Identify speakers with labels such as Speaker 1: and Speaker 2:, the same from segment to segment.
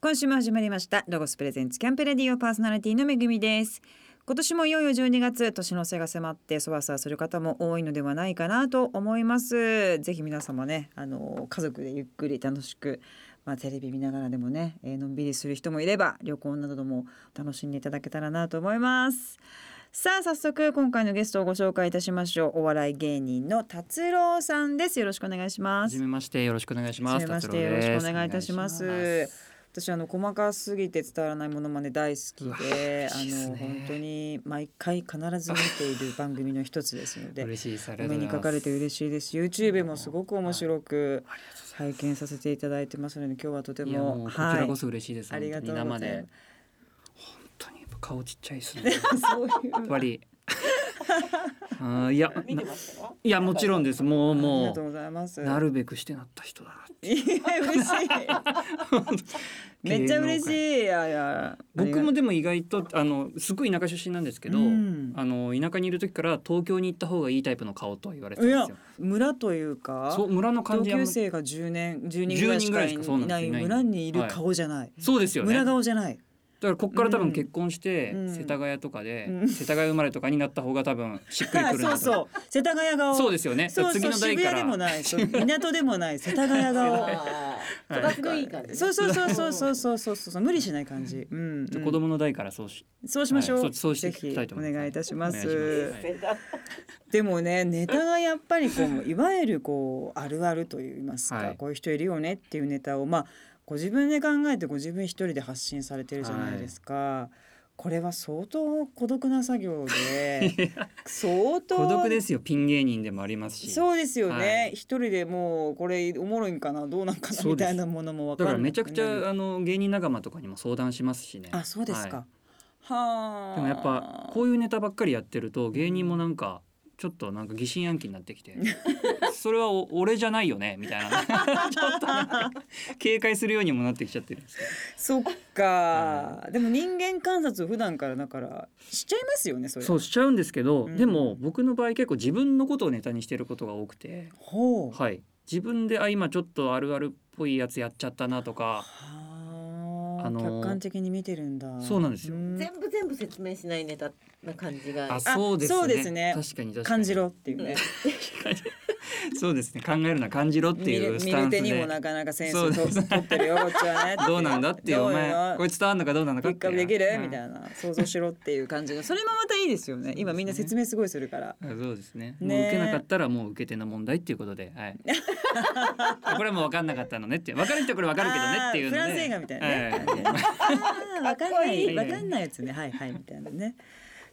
Speaker 1: 今週も始まりましたロゴスプレゼンツキャンペレディオパーソナリティのめぐみです今年もいよいよ12月年の瀬が迫ってそわそわする方も多いのではないかなと思いますぜひ皆様ねあの家族でゆっくり楽しくまあテレビ見ながらでもねえーのんびりする人もいれば旅行などでも楽しんでいただけたらなと思いますさあ早速今回のゲストをご紹介いたしましょうお笑い芸人の達郎さんですよろしくお願いしま
Speaker 2: は
Speaker 1: す
Speaker 2: じめましてよろしくお願いします。
Speaker 1: はじめまして
Speaker 2: 達郎
Speaker 1: よろ
Speaker 2: です
Speaker 1: しくお願いいたします
Speaker 2: お願いし
Speaker 1: 私あの細かすぎて伝わらないものまね大好き
Speaker 2: うわ
Speaker 1: で、
Speaker 2: 嬉しいです
Speaker 1: あの
Speaker 2: ね
Speaker 1: 本当に毎回必ず見ている番組の一つですの
Speaker 2: ます
Speaker 1: で、
Speaker 2: 嬉しいです。あ
Speaker 1: お
Speaker 2: りがと
Speaker 1: 目
Speaker 2: うご
Speaker 1: にか
Speaker 2: ざいます。
Speaker 1: かれて嬉しいです。YouTube もすごく面白く拝見させていただいてますので、今日はとて
Speaker 2: いやも
Speaker 1: も
Speaker 2: うこちらこ
Speaker 1: い、
Speaker 2: そ嬉しいです。
Speaker 1: ありがとうございま
Speaker 2: 本当に生
Speaker 1: す
Speaker 2: で。本当にやっぱ顔ちっちゃいです ね。や
Speaker 1: そういう
Speaker 2: っ ぱり。あーいや
Speaker 3: 見て
Speaker 2: な
Speaker 3: ましたよ
Speaker 2: いやもちろんです。もう
Speaker 1: ありが
Speaker 2: も
Speaker 1: とうございます。
Speaker 2: うなるべくしてなった人だな。
Speaker 1: いや嬉しい。めっちゃ嬉しい。いやいや。
Speaker 2: 僕もでも意外とあのすごい田舎出身なんですけど、
Speaker 1: うん
Speaker 2: あの田舎にいる時から東京に行った方がいいタイプの顔とは言われてたん
Speaker 1: い
Speaker 2: で
Speaker 1: や
Speaker 2: すよ。
Speaker 1: 村というか。
Speaker 2: そう村の
Speaker 1: 同
Speaker 2: 感じは
Speaker 1: 級生が10年10人ぐらいしか
Speaker 2: 10人ぐらいしかそう
Speaker 1: い
Speaker 2: な
Speaker 1: なん
Speaker 2: で
Speaker 1: い
Speaker 2: すよいない
Speaker 1: 村にいる顔じゃない、
Speaker 2: そうですよね。
Speaker 1: 村顔じゃない
Speaker 2: だからこっから多分結婚して、
Speaker 1: うん
Speaker 2: 世田谷とかで、
Speaker 1: うん
Speaker 2: 世田谷生まれとかになった方が多分しっくりく
Speaker 1: あ
Speaker 2: るん
Speaker 1: そ
Speaker 2: だ
Speaker 1: うそう
Speaker 2: う
Speaker 1: 世田谷顔
Speaker 2: そうですよね
Speaker 1: そうそう
Speaker 2: 次の代
Speaker 1: 渋
Speaker 2: か
Speaker 1: 谷でも
Speaker 2: ら
Speaker 1: ないそう港でもない世田谷顔
Speaker 3: ああ、
Speaker 2: はい
Speaker 3: 育ちのいい感じ。
Speaker 1: そうそうそうそうそうそうそうそう無理しない感じ、うんうん
Speaker 2: 子供の代からそうし
Speaker 1: そうしましょう、
Speaker 2: はいそうそうして
Speaker 1: ぜ
Speaker 2: いき
Speaker 1: ひ
Speaker 2: たいと
Speaker 1: お
Speaker 2: 思います
Speaker 1: 願いいたしま
Speaker 2: お願
Speaker 1: す
Speaker 2: いします
Speaker 3: 全然
Speaker 1: でもねネタがやっぱりこ ういわゆるこうあるあると言いますか、
Speaker 2: はい
Speaker 1: こういう人いるよねっていうネタをまあご自分で考えてご自分一人で発信されてるじゃないですか、これは相当孤独な作業で 相当
Speaker 2: 孤独ですよピン芸人でもありますし
Speaker 1: そうですよね、
Speaker 2: はい
Speaker 1: 一人でもうこれおもろいんかなどうなんかな
Speaker 2: そう
Speaker 1: み
Speaker 2: です
Speaker 1: たいなものもわか
Speaker 2: だ
Speaker 1: んな
Speaker 2: から
Speaker 1: く
Speaker 2: めちゃくち
Speaker 1: なる
Speaker 2: ゃあの芸人仲間とかにも相談しますしね
Speaker 1: あそうです
Speaker 2: は
Speaker 1: か、はあ
Speaker 2: いでもやっぱこういうネタばっかりやってると芸人もなんかちょっとなんか疑心暗鬼になってき てそれはお俺じゃないよねみたい なちょっとなんか警戒するようにもなってきちゃってるんですけど
Speaker 1: そっか、でも人間観察を普段からだからしちゃいますよねそれ
Speaker 2: そうしちゃうんですけど、
Speaker 1: うん
Speaker 2: でも僕の場合結構自分のことをネタにしてることが多くて、
Speaker 1: ほう
Speaker 2: はい、自分であ今ちょっとあるあるっぽいやつやっちゃったなと
Speaker 1: は
Speaker 2: か
Speaker 1: あ
Speaker 2: あのー
Speaker 1: 客観的に見てるんだ
Speaker 2: そうなんですよ
Speaker 1: ん
Speaker 3: 全部全部説明しないネタな感じが。
Speaker 2: あそうですね
Speaker 1: そうですね
Speaker 2: 確かに確かに
Speaker 1: 感じろっていうね
Speaker 2: そうですね考えるな感じろって
Speaker 1: 見
Speaker 2: いう
Speaker 1: る
Speaker 2: ス
Speaker 1: 見
Speaker 2: タ
Speaker 1: る
Speaker 2: ンス
Speaker 1: 手にも
Speaker 2: で
Speaker 1: なかなかセンス
Speaker 2: そう
Speaker 1: を
Speaker 2: で
Speaker 1: 取
Speaker 2: す
Speaker 1: ってるよこっちはね
Speaker 2: どうなんだっていう
Speaker 1: ど
Speaker 2: お
Speaker 1: う
Speaker 2: 前
Speaker 1: よ
Speaker 2: こいつ伝わんのかどうなの
Speaker 1: ピ
Speaker 2: か
Speaker 1: ックア
Speaker 2: っていう
Speaker 1: ップできるみたいな想像しろっていう感じがそれもまたいいですよね今みんな説明すごいするから
Speaker 2: はいそうですね
Speaker 1: ね
Speaker 2: もう受けなかったらもう受け手の問題っていうことで、 はい、これはもう分かんなかったのねって分かる人はこれ分かるけどねっていうので
Speaker 1: あーフランス映画みたいなね
Speaker 2: はい
Speaker 1: あーわかんない
Speaker 2: かっこいい
Speaker 1: わかんないやつねはいはいみたいなね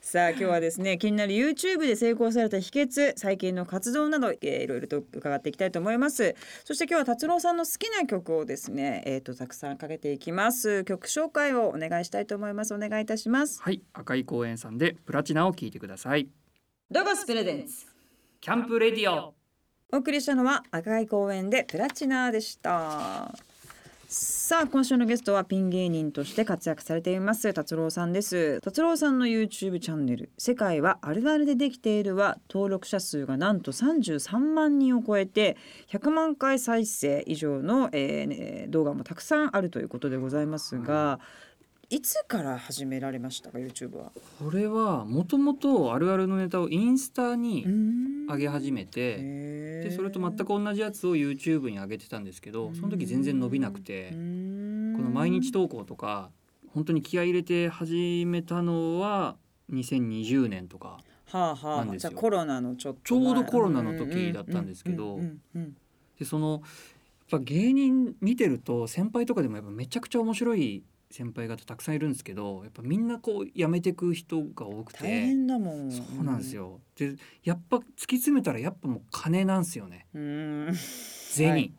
Speaker 1: さあ今日はですね気になる YouTube で成功された秘訣最近の活動など、えー、いろいろと伺っていきたいと思いますそして今日は達郎さんの好きな曲をですねえっ、とたくさんかけていきます曲紹介をお願いしたいと思いますお願いいたします
Speaker 2: はい、赤い公園さんでプラチナを聞いてください
Speaker 1: ロゴスプレゼンツ
Speaker 2: キャンプレディオ
Speaker 1: お送りしたのは赤い公園でプラチナでしたさあ今週のゲストはピン芸人として活躍されています達郎さんです達郎さんの YouTube チャンネル世界はあるあるでできているは登録者数がなんと33万人を超えて100万回再生以上の、えーね動画もたくさんあるということでございますが、いつから始められましたか YouTube は
Speaker 2: これはもともとあるあるのネタをインスタに上げ始めて、
Speaker 1: で
Speaker 2: でそれと全く同じやつを YouTube に上げてたんですけどその時全然伸びなくて、こ
Speaker 1: こ
Speaker 2: の毎日投稿とか本当に気合い入れて始めたのは2020年とか
Speaker 1: はあは
Speaker 2: なん
Speaker 1: あ、
Speaker 2: です
Speaker 1: じゃ
Speaker 2: よ
Speaker 1: あコロナのちょっと
Speaker 2: ちょうど
Speaker 1: 前
Speaker 2: コロナの時だったんですけど
Speaker 1: うんうんうんうん
Speaker 2: でそのやっぱ芸人見てると先輩とかでもやっぱめちゃくちゃ面白い先輩方たくさんいるんですけどやっぱみんなこう辞めてく人が多くて
Speaker 1: 大変だもん。
Speaker 2: そうなんですよ。で、やっぱ突き詰めたらやっぱもう金なんですよね。
Speaker 1: うん。うん。
Speaker 2: 銭、
Speaker 1: はい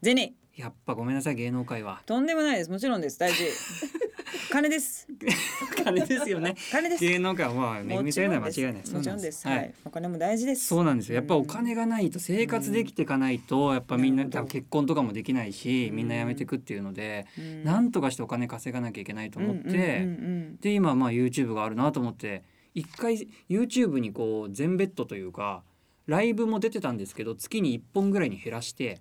Speaker 1: ゼニ
Speaker 2: やっぱごめんなさい芸能界は
Speaker 1: とんでもないです。もちろんです。大 事。金です。
Speaker 2: 金ですよね。
Speaker 1: 金です。
Speaker 2: 芸能界はまあ恵みたいのは間違いない。。
Speaker 1: もちろんです。はいい。お金も大事です。
Speaker 2: そうなんですよ。やっぱお金がないと生活できていかないとやっぱみんな
Speaker 1: なるほど
Speaker 2: 結婚とかもできないし、
Speaker 1: うん
Speaker 2: みんな辞めてくっていうので、
Speaker 1: うん
Speaker 2: なんとかしてお金稼がなきゃいけないと思って、
Speaker 1: うんうんうん
Speaker 2: で今まあ YouTube があるなと思って一回 YouTube にこう全ベッドというかライブも出てたんですけど月に1本ぐらいに減らして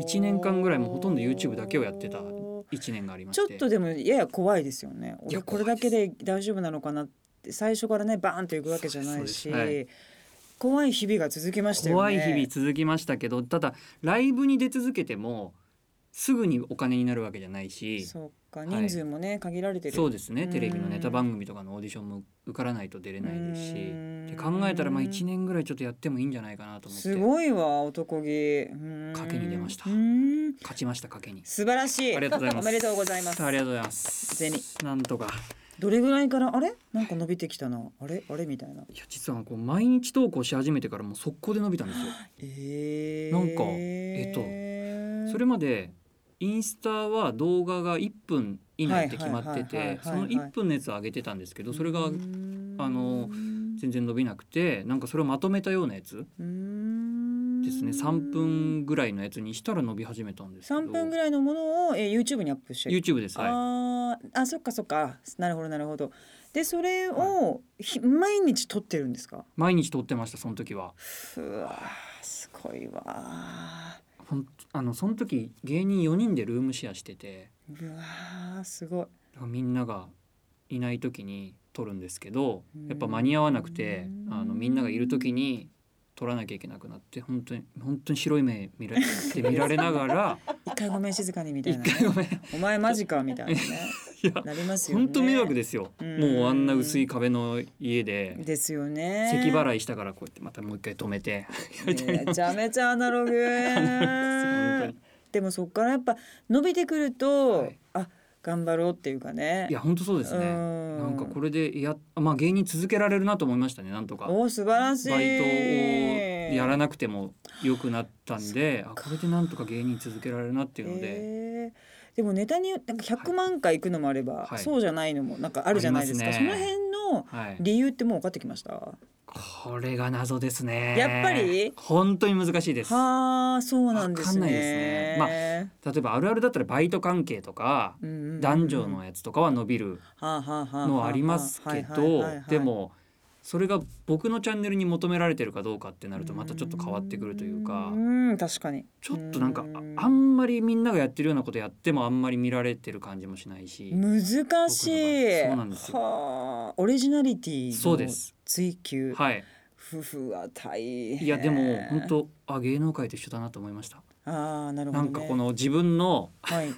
Speaker 2: 一年間ぐらいもうほとんど YouTube だけをやってた1年がありまし
Speaker 1: ちょ
Speaker 2: て
Speaker 1: っとでもやや怖いですよね
Speaker 2: いや
Speaker 1: 俺これだけで大丈夫なのかなって最初からねバーンといくわけじゃないし、
Speaker 2: そうですはい
Speaker 1: 怖い日々が続きましたよね
Speaker 2: 怖い日々続きましたけどただライブに出続けてもすぐにお金になるわけじゃないし
Speaker 1: そうか
Speaker 2: い
Speaker 1: 人数もね、限られてる
Speaker 2: そうですね
Speaker 1: うん
Speaker 2: テレビのネタ番組とかのオーディションも受からないと出れないですしって考えたらまあ1
Speaker 1: 年
Speaker 2: 年ぐらいちょっとやってもいいんじゃないかなと思って
Speaker 1: すごいわ男気賭
Speaker 2: 賭けに出ました
Speaker 1: 素
Speaker 2: 勝ちました賭けに
Speaker 1: 晴らしい
Speaker 2: ありがとうございます
Speaker 1: おめでとうございます
Speaker 2: ありがとうございます
Speaker 1: 銭
Speaker 2: なんとか
Speaker 1: どれぐらいからあれなんか伸びてきたなあれあれみたいない
Speaker 2: や実はこう毎日投稿し始めてからもう速攻で伸びたんですよ
Speaker 1: えー、
Speaker 2: なんかえっ
Speaker 1: っ
Speaker 2: それまでインスタは動画が1分以内って決まって
Speaker 1: はいはいはいはい
Speaker 2: て
Speaker 1: はい
Speaker 2: その1分のやつを上げてたんですけどそれがあの
Speaker 1: 全
Speaker 2: 全然伸びなくてなんかそれをまとめたようなやつ
Speaker 1: で
Speaker 2: ですね3分ぐらいのやつにしたら伸び始めたんですけど
Speaker 1: 3分ぐらいのものを、えー、YouTube にアップしてる、
Speaker 2: YouTube ですは
Speaker 1: あーあそっかそっかなるほどなるほどでそれを、ひ毎日撮ってるんですか
Speaker 2: い毎日撮ってましたその時は
Speaker 1: ふわーすごいわー
Speaker 2: ほんあのその時芸人4人でルームシェアしてて
Speaker 1: うわーすごい
Speaker 2: だからみんながいない時に撮るんですけど
Speaker 1: うん
Speaker 2: やっぱ間に合わなくて
Speaker 1: うん
Speaker 2: あのみんながいる時に撮らなきゃいけなくなって本当に本当に白い目 見られて見られながら
Speaker 1: 一回ごめん静かに みたい
Speaker 2: 一
Speaker 1: な、
Speaker 2: 回
Speaker 1: ね、
Speaker 2: ごめんい
Speaker 1: お前マジかみたいなね
Speaker 2: や
Speaker 1: なりますよね
Speaker 2: 本当迷惑ですよ
Speaker 1: うん
Speaker 2: もうあんな薄い壁の家で
Speaker 1: ですよね
Speaker 2: 咳払
Speaker 1: い
Speaker 2: いしたからこうやってまたもう一回止めて
Speaker 1: めちゃめちゃアナログ
Speaker 2: 本当 に
Speaker 1: でもそこからやっぱ伸びてくると、
Speaker 2: はい
Speaker 1: あ頑張ろうっていうかね
Speaker 2: いや本当そうですね
Speaker 1: うん
Speaker 2: なんかこれでやまあ芸人続けられるなと思いましたねなんとかバ
Speaker 1: おー素晴らしい
Speaker 2: イトをやら
Speaker 1: っ
Speaker 2: なくても良くなったんであこれでなんとか芸人続けられるなって
Speaker 1: て
Speaker 2: いうので
Speaker 1: でもネタによってなんか100万回行くのもあれば、
Speaker 2: はい
Speaker 1: そうじゃないのもなんかあるじゃないですか
Speaker 2: ありま
Speaker 1: その
Speaker 2: すね
Speaker 1: 辺の
Speaker 2: はい
Speaker 1: 理由ってもう分かってきましたは
Speaker 2: これが謎ですね
Speaker 1: やっぱり
Speaker 2: 本当に難しいです例
Speaker 1: あそうなんですね
Speaker 2: わかんないですねまえばあるあるだったらバイト関係とか
Speaker 1: うんうんうん
Speaker 2: 男女のやつとかは伸びるの
Speaker 1: の
Speaker 2: はありますけどでもそれが僕のチャンネルに求められてるかどうかってなるとまたちょっと変わってくるというか
Speaker 1: うん確かに
Speaker 2: ちょっとなんか
Speaker 1: うん
Speaker 2: ああんまりみんながやってるようなことやってもあんまり見られてる感じもしないし
Speaker 1: 難しい
Speaker 2: そうなんですよ
Speaker 1: はあオリジナリティ
Speaker 2: そうで
Speaker 1: の
Speaker 2: す
Speaker 1: 追求
Speaker 2: はい
Speaker 1: 夫婦は大変
Speaker 2: いやでも本当あ芸能界と一緒だなと思いました
Speaker 1: ああなるほ
Speaker 2: な
Speaker 1: ど、ね、
Speaker 2: んかこの自分の
Speaker 1: はい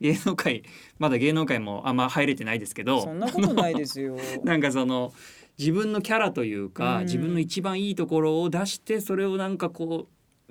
Speaker 2: 芸能界まだ芸能界もあんま入れてないですけど
Speaker 1: そんなことないですよ。
Speaker 2: なんかその自分のキャラというか、
Speaker 1: うん
Speaker 2: 自分の一番いいところを出してそれをなんか
Speaker 1: うん
Speaker 2: こう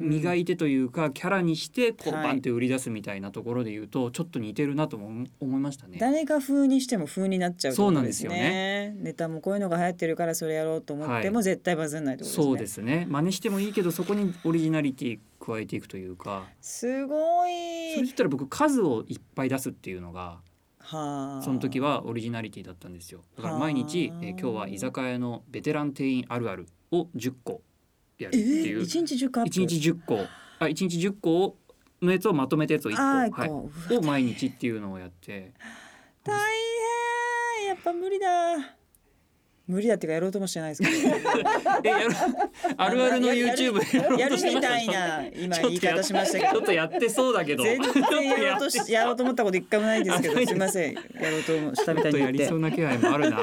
Speaker 2: 磨いてというか、キャラにしてこう
Speaker 1: はい
Speaker 2: バンって売り出すみたいなところで言うと、ちょっと似てるなとも思思いましたね。
Speaker 1: 誰が風にしても風になっちゃうって
Speaker 2: そ
Speaker 1: こ
Speaker 2: う
Speaker 1: と
Speaker 2: なん
Speaker 1: で
Speaker 2: ですす
Speaker 1: ね。
Speaker 2: よ
Speaker 1: ネタもこういうのが流行ってるからそれやろうと思っても
Speaker 2: は
Speaker 1: 絶対バズんないってことですね。
Speaker 2: そうですね真似してもいいけどそこにオリジナリティ加えていくというか
Speaker 1: すご
Speaker 2: それで
Speaker 1: い。
Speaker 2: 言ったら僕数をいっぱい出すっていうのが
Speaker 1: はあ。
Speaker 2: その時はオリジナリティだったんですよだから毎日
Speaker 1: は、あ
Speaker 2: えー今日は居酒屋のベテラン店員あるあるを10個やるっ
Speaker 1: え
Speaker 2: ていう
Speaker 1: ー、一日10カップ。
Speaker 2: 一日10個あ一日10個をのやつをまとめたやつを1個
Speaker 1: あー
Speaker 2: はい
Speaker 1: こううわ
Speaker 2: を毎日っていうのを やって
Speaker 1: 大変やっぱ無理だ。無理だっていうかやろうともしてないですけ ど。
Speaker 2: えやるあるあるの
Speaker 1: やる
Speaker 2: YouTube や
Speaker 1: や
Speaker 2: ろ
Speaker 1: る
Speaker 2: うとして
Speaker 1: み
Speaker 2: ました
Speaker 1: いな今言い方しましたけ
Speaker 2: ちょ
Speaker 1: ど
Speaker 2: っ。とやってそうだけど
Speaker 1: 全然やろうとしやろうと思ったこと一回もないですけど
Speaker 2: あないです
Speaker 1: いませんやろうとしたみ
Speaker 2: ち
Speaker 1: たいに
Speaker 2: ょっと
Speaker 1: 言
Speaker 2: や
Speaker 1: っ
Speaker 2: り
Speaker 1: て
Speaker 2: そうな気配もあるな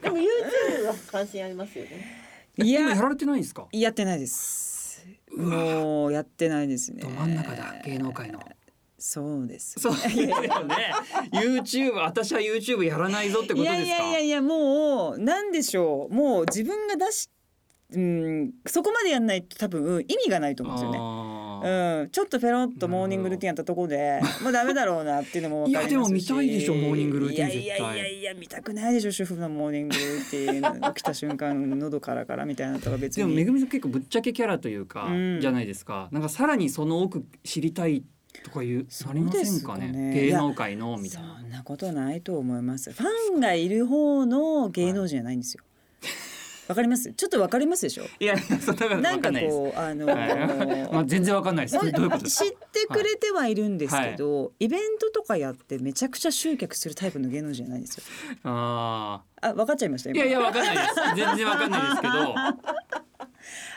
Speaker 3: でも YouTube は関心ありますよね。
Speaker 1: い
Speaker 2: 今や
Speaker 1: や
Speaker 2: られてないんですか
Speaker 1: やってないです
Speaker 2: うわ
Speaker 1: もうやってないですね
Speaker 2: ど真ん中だ芸能界の
Speaker 1: そうです
Speaker 2: そうですよね YouTube 私は YouTube やらないぞってこと
Speaker 1: い
Speaker 2: ですか
Speaker 1: やいやいやいやもうなんでしょうもう自分が出しうんそこまでやんないと多分意味がないと思うんですよね
Speaker 2: あー
Speaker 1: うん、ちょっとペロッとモーニングルーティンやったところでもうダメだろうなっていうのも分かりますし
Speaker 2: いやでも見たいでしょモーニングルーティン絶対
Speaker 1: いやいやいやいや見たくないでしょ主婦のモーニングルーティン起きた瞬間喉カラカラみたいなのとか別
Speaker 2: でもめ
Speaker 1: に
Speaker 2: ぐみさん結構ぶっちゃけキャラというか、
Speaker 1: うん
Speaker 2: じゃないですかなんかさらにその奥知りたいとかいう
Speaker 1: そ
Speaker 2: あ
Speaker 1: う
Speaker 2: りませ
Speaker 1: です
Speaker 2: ん
Speaker 1: か
Speaker 2: か
Speaker 1: ね
Speaker 2: ね
Speaker 1: い
Speaker 2: 芸
Speaker 1: や
Speaker 2: 能界のみた
Speaker 1: そ
Speaker 2: いなん
Speaker 1: なことないと思いますファンがいる方の芸能人じゃないんですよわかりますちょっとわかりますでしょ
Speaker 2: いやそうだから
Speaker 1: な
Speaker 2: わ
Speaker 1: ん
Speaker 2: か
Speaker 1: か
Speaker 2: んないです
Speaker 1: こうあの
Speaker 2: はい、まあ全然わかんないですどういうことです
Speaker 1: 知
Speaker 2: か
Speaker 1: ってくれてはいるんですけど、イベントとかやってめちゃくちゃ集客するタイプの芸能人じゃないんですよ。
Speaker 2: あ
Speaker 1: あ分かっちゃいました
Speaker 2: ー
Speaker 1: 今
Speaker 2: いやいやわかんないです全然わかんないですけど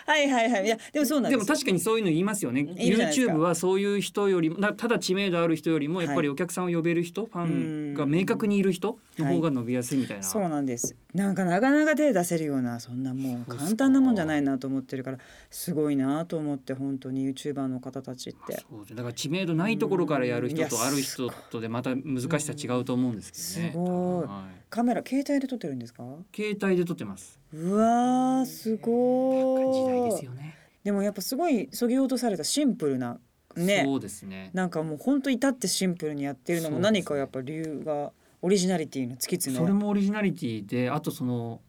Speaker 1: はいはいはいいやでもそうなん
Speaker 2: で
Speaker 1: です
Speaker 2: も
Speaker 1: よ
Speaker 2: 確かにそういうの言いますよね。
Speaker 1: いるじゃないですか
Speaker 2: YouTube はそういう人よりもなただ知名度ある人よりも
Speaker 1: はい
Speaker 2: やっぱりお客さんを呼べる人、ファンが
Speaker 1: うん
Speaker 2: 明確にいる人の方が伸びやすいみたいな。
Speaker 1: そうなんですなんかなかなか手出せるようなそんなもう簡単なもんじゃないなと思ってるからすごいなと思って本当に YouTuber の方たちって
Speaker 2: そうですねだから知名度ないところからやる人
Speaker 1: うんい
Speaker 2: と
Speaker 1: や
Speaker 2: ある人とでまた難しさ違うと思うんですけどね。
Speaker 1: うんすごい
Speaker 2: 多分は
Speaker 1: カメラ携帯で撮ってるんですか
Speaker 2: い携帯で撮ってます。
Speaker 1: うわーすごい
Speaker 2: 時代ですよね。
Speaker 1: でもやっぱすごいそぎ落とされたシンプルなね
Speaker 2: そうですね。
Speaker 1: なんかもう本当至ってシンプルにやってるのも
Speaker 2: そうですね
Speaker 1: 何かやっぱ理由がオリジナリティの突き詰
Speaker 2: そ
Speaker 1: め
Speaker 2: れもオリジナリティであとその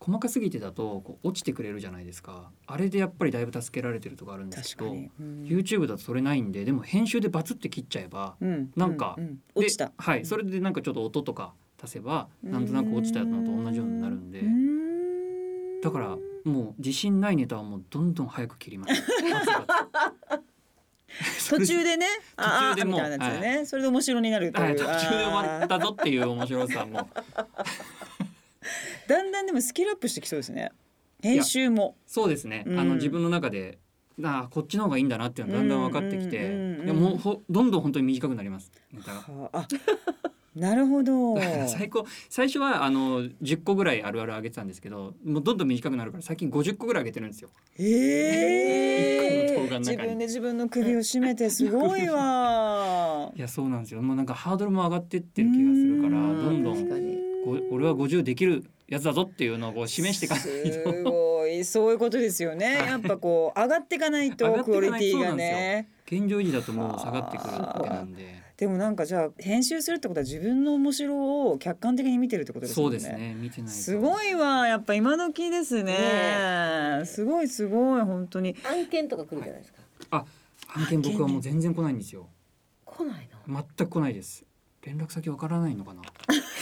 Speaker 2: 細かすぎてだとこう落ちてくれるじゃないですかあれでやっぱりだいぶ助けられてるとかあるんです
Speaker 1: 確
Speaker 2: け
Speaker 1: か
Speaker 2: ど
Speaker 1: に、うん、
Speaker 2: YouTube だとそれないんででも編集でバツって切っちゃえば
Speaker 1: うん
Speaker 2: なんか
Speaker 1: ううん
Speaker 2: で
Speaker 1: 落ちた
Speaker 2: はいそれでなんかちょっと音とか足せばなんとなく落ちたのと同じようになるんで
Speaker 1: うーん
Speaker 2: だからもう自信ないネタはもうどんどん早く切ります バツバツそ
Speaker 1: 途
Speaker 2: れ
Speaker 1: 中でねあ
Speaker 2: 途中で
Speaker 1: あみ
Speaker 2: もう
Speaker 1: たいなやつよね、それで面白になるという、
Speaker 2: はい途中で終わっ
Speaker 1: あ
Speaker 2: たぞっていう面白さも
Speaker 1: ーだんだんでもスキルアップしてきそうですね編集も
Speaker 2: そうですね、
Speaker 1: うん
Speaker 2: あの自分の中であーこっちの方がいいんだなっていうのがだんだん分かってきて、
Speaker 1: うんうんうんうん
Speaker 2: いやもうほどんどん本当に短くなりますネタが
Speaker 1: はあ あなるほど
Speaker 2: 最高最初はあの10個ぐらいあるある上げてたんですけどもうどんどん短くなるから最近50個ぐらい上げてるんですよ
Speaker 1: え
Speaker 2: 一個
Speaker 1: ー
Speaker 2: の動画の 中
Speaker 1: 自
Speaker 2: に
Speaker 1: 分で自分の首を絞めてすごいわ
Speaker 2: いやそうなんですよもうなんかハードルも上がってってる気がするから
Speaker 1: うん
Speaker 2: どんどん
Speaker 3: 確かに
Speaker 2: こう俺は50できるやつだぞっていうのをこう示していかない
Speaker 1: す
Speaker 2: と
Speaker 1: ごいそういうことですよね、やっぱこう上がっていかないと
Speaker 2: 上がって
Speaker 1: クオ
Speaker 2: いか
Speaker 1: リ
Speaker 2: ない
Speaker 1: ティがね
Speaker 2: 現状維持だともう下がってくるわけなんで
Speaker 1: でもなんかじゃあ編集するってことは自分の面白を客観的に見てるってことです
Speaker 2: そ
Speaker 1: も
Speaker 2: うんで
Speaker 1: ね
Speaker 2: すね見てないと
Speaker 1: すごいわやっぱ今時ですね
Speaker 3: ね
Speaker 1: すごいすごい本当に
Speaker 3: 案件とか来るじゃないですか。
Speaker 2: 案件僕はもう全然来ないんですよ
Speaker 3: 来ないの。
Speaker 2: 全く来ないです連絡先わからないのかな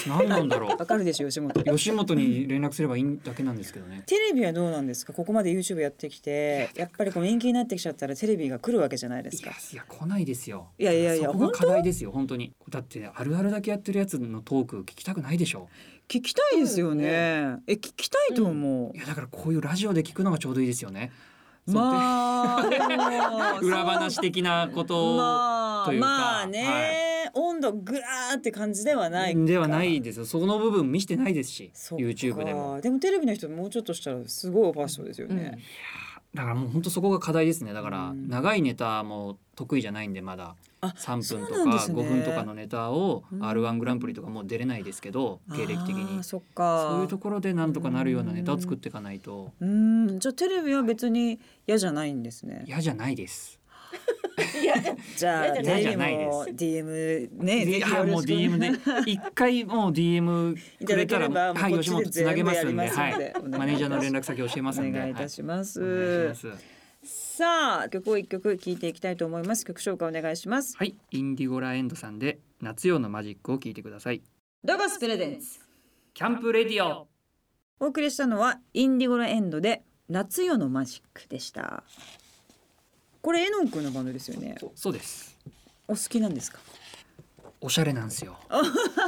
Speaker 2: 何なんだろ
Speaker 1: わかるでしょ吉 本
Speaker 2: う吉本に連絡すればいいだけなんですけどね
Speaker 1: テレビはどうなんですかここまで YouTube やってきてやっぱりこう人気になってきちゃったらテレビが来るわけじゃないで
Speaker 2: い
Speaker 1: す
Speaker 2: や
Speaker 1: か
Speaker 2: いや来ないですよ
Speaker 1: いやいやいや
Speaker 2: そこが課題ですよ本当にだってあるあるだけやってるやつのトーク聞きたくないでしょ
Speaker 1: 聞きたいですよねえ聞きたいと思う
Speaker 2: いやだからこういうラジオで聞くのがちょうどいいですよねあ
Speaker 1: まあでも
Speaker 2: 裏話的なこと
Speaker 1: まあ
Speaker 2: というか
Speaker 1: まあね、温度ぐらーって感じではないか
Speaker 2: ではないですよその部分見してないですし
Speaker 1: そっか
Speaker 2: YouTube でも
Speaker 1: でもテレビの人もうちょっとしたらすごいファッションですよね、
Speaker 2: だからもう本当そこが課題ですねだから
Speaker 1: うん
Speaker 2: 長いネタも得意じゃないんでまだ
Speaker 1: あ
Speaker 2: 3分と
Speaker 1: そうなんで
Speaker 2: か
Speaker 1: すね
Speaker 2: 5分とかのネタを
Speaker 1: うん
Speaker 2: r 1グランプリとかもう出れないですけど経歴的
Speaker 1: あー
Speaker 2: に
Speaker 1: そっか
Speaker 2: そういうところでなんとかなるようなネタを作っていかないと
Speaker 1: うーんじゃあテレビは別に嫌じゃないんですね
Speaker 2: 嫌じゃないです。
Speaker 3: いや、じゃ
Speaker 1: じゃあ
Speaker 3: 嫌じ
Speaker 1: テ
Speaker 3: ゃない
Speaker 1: レビも
Speaker 2: 嫌
Speaker 1: DM ねぜ
Speaker 2: い
Speaker 1: ひ
Speaker 2: や
Speaker 1: よ
Speaker 2: も
Speaker 1: ろ
Speaker 2: う
Speaker 1: しくね
Speaker 2: DM で一回もう DM
Speaker 1: いた
Speaker 2: く
Speaker 1: だ
Speaker 2: れ
Speaker 1: け
Speaker 2: た
Speaker 1: れ
Speaker 2: ら
Speaker 1: ば
Speaker 2: はい
Speaker 1: もうこっ
Speaker 2: 吉
Speaker 1: ちで
Speaker 2: 本つなげます
Speaker 1: 全
Speaker 2: んで
Speaker 1: 部や
Speaker 2: は
Speaker 1: りますん
Speaker 2: い
Speaker 1: でお願いいたします
Speaker 2: マネージャーの連絡先教えます
Speaker 1: お
Speaker 2: んでは
Speaker 1: 願い
Speaker 2: い
Speaker 1: いたします、
Speaker 2: お願いします
Speaker 1: さあ曲を一曲聴いていきたいと思います曲紹介お願いします
Speaker 2: はいインディゴラエンドさんで夏夜のマジックを聞いてください
Speaker 1: ロゴスプレゼンツ
Speaker 2: キャンプレディオ
Speaker 1: お送りしたのはインディゴラエンドで夏夜のマジックでしたこれエノン君のバンドですよね
Speaker 2: そうです
Speaker 1: お好きなんですか
Speaker 2: おしゃれなんですよ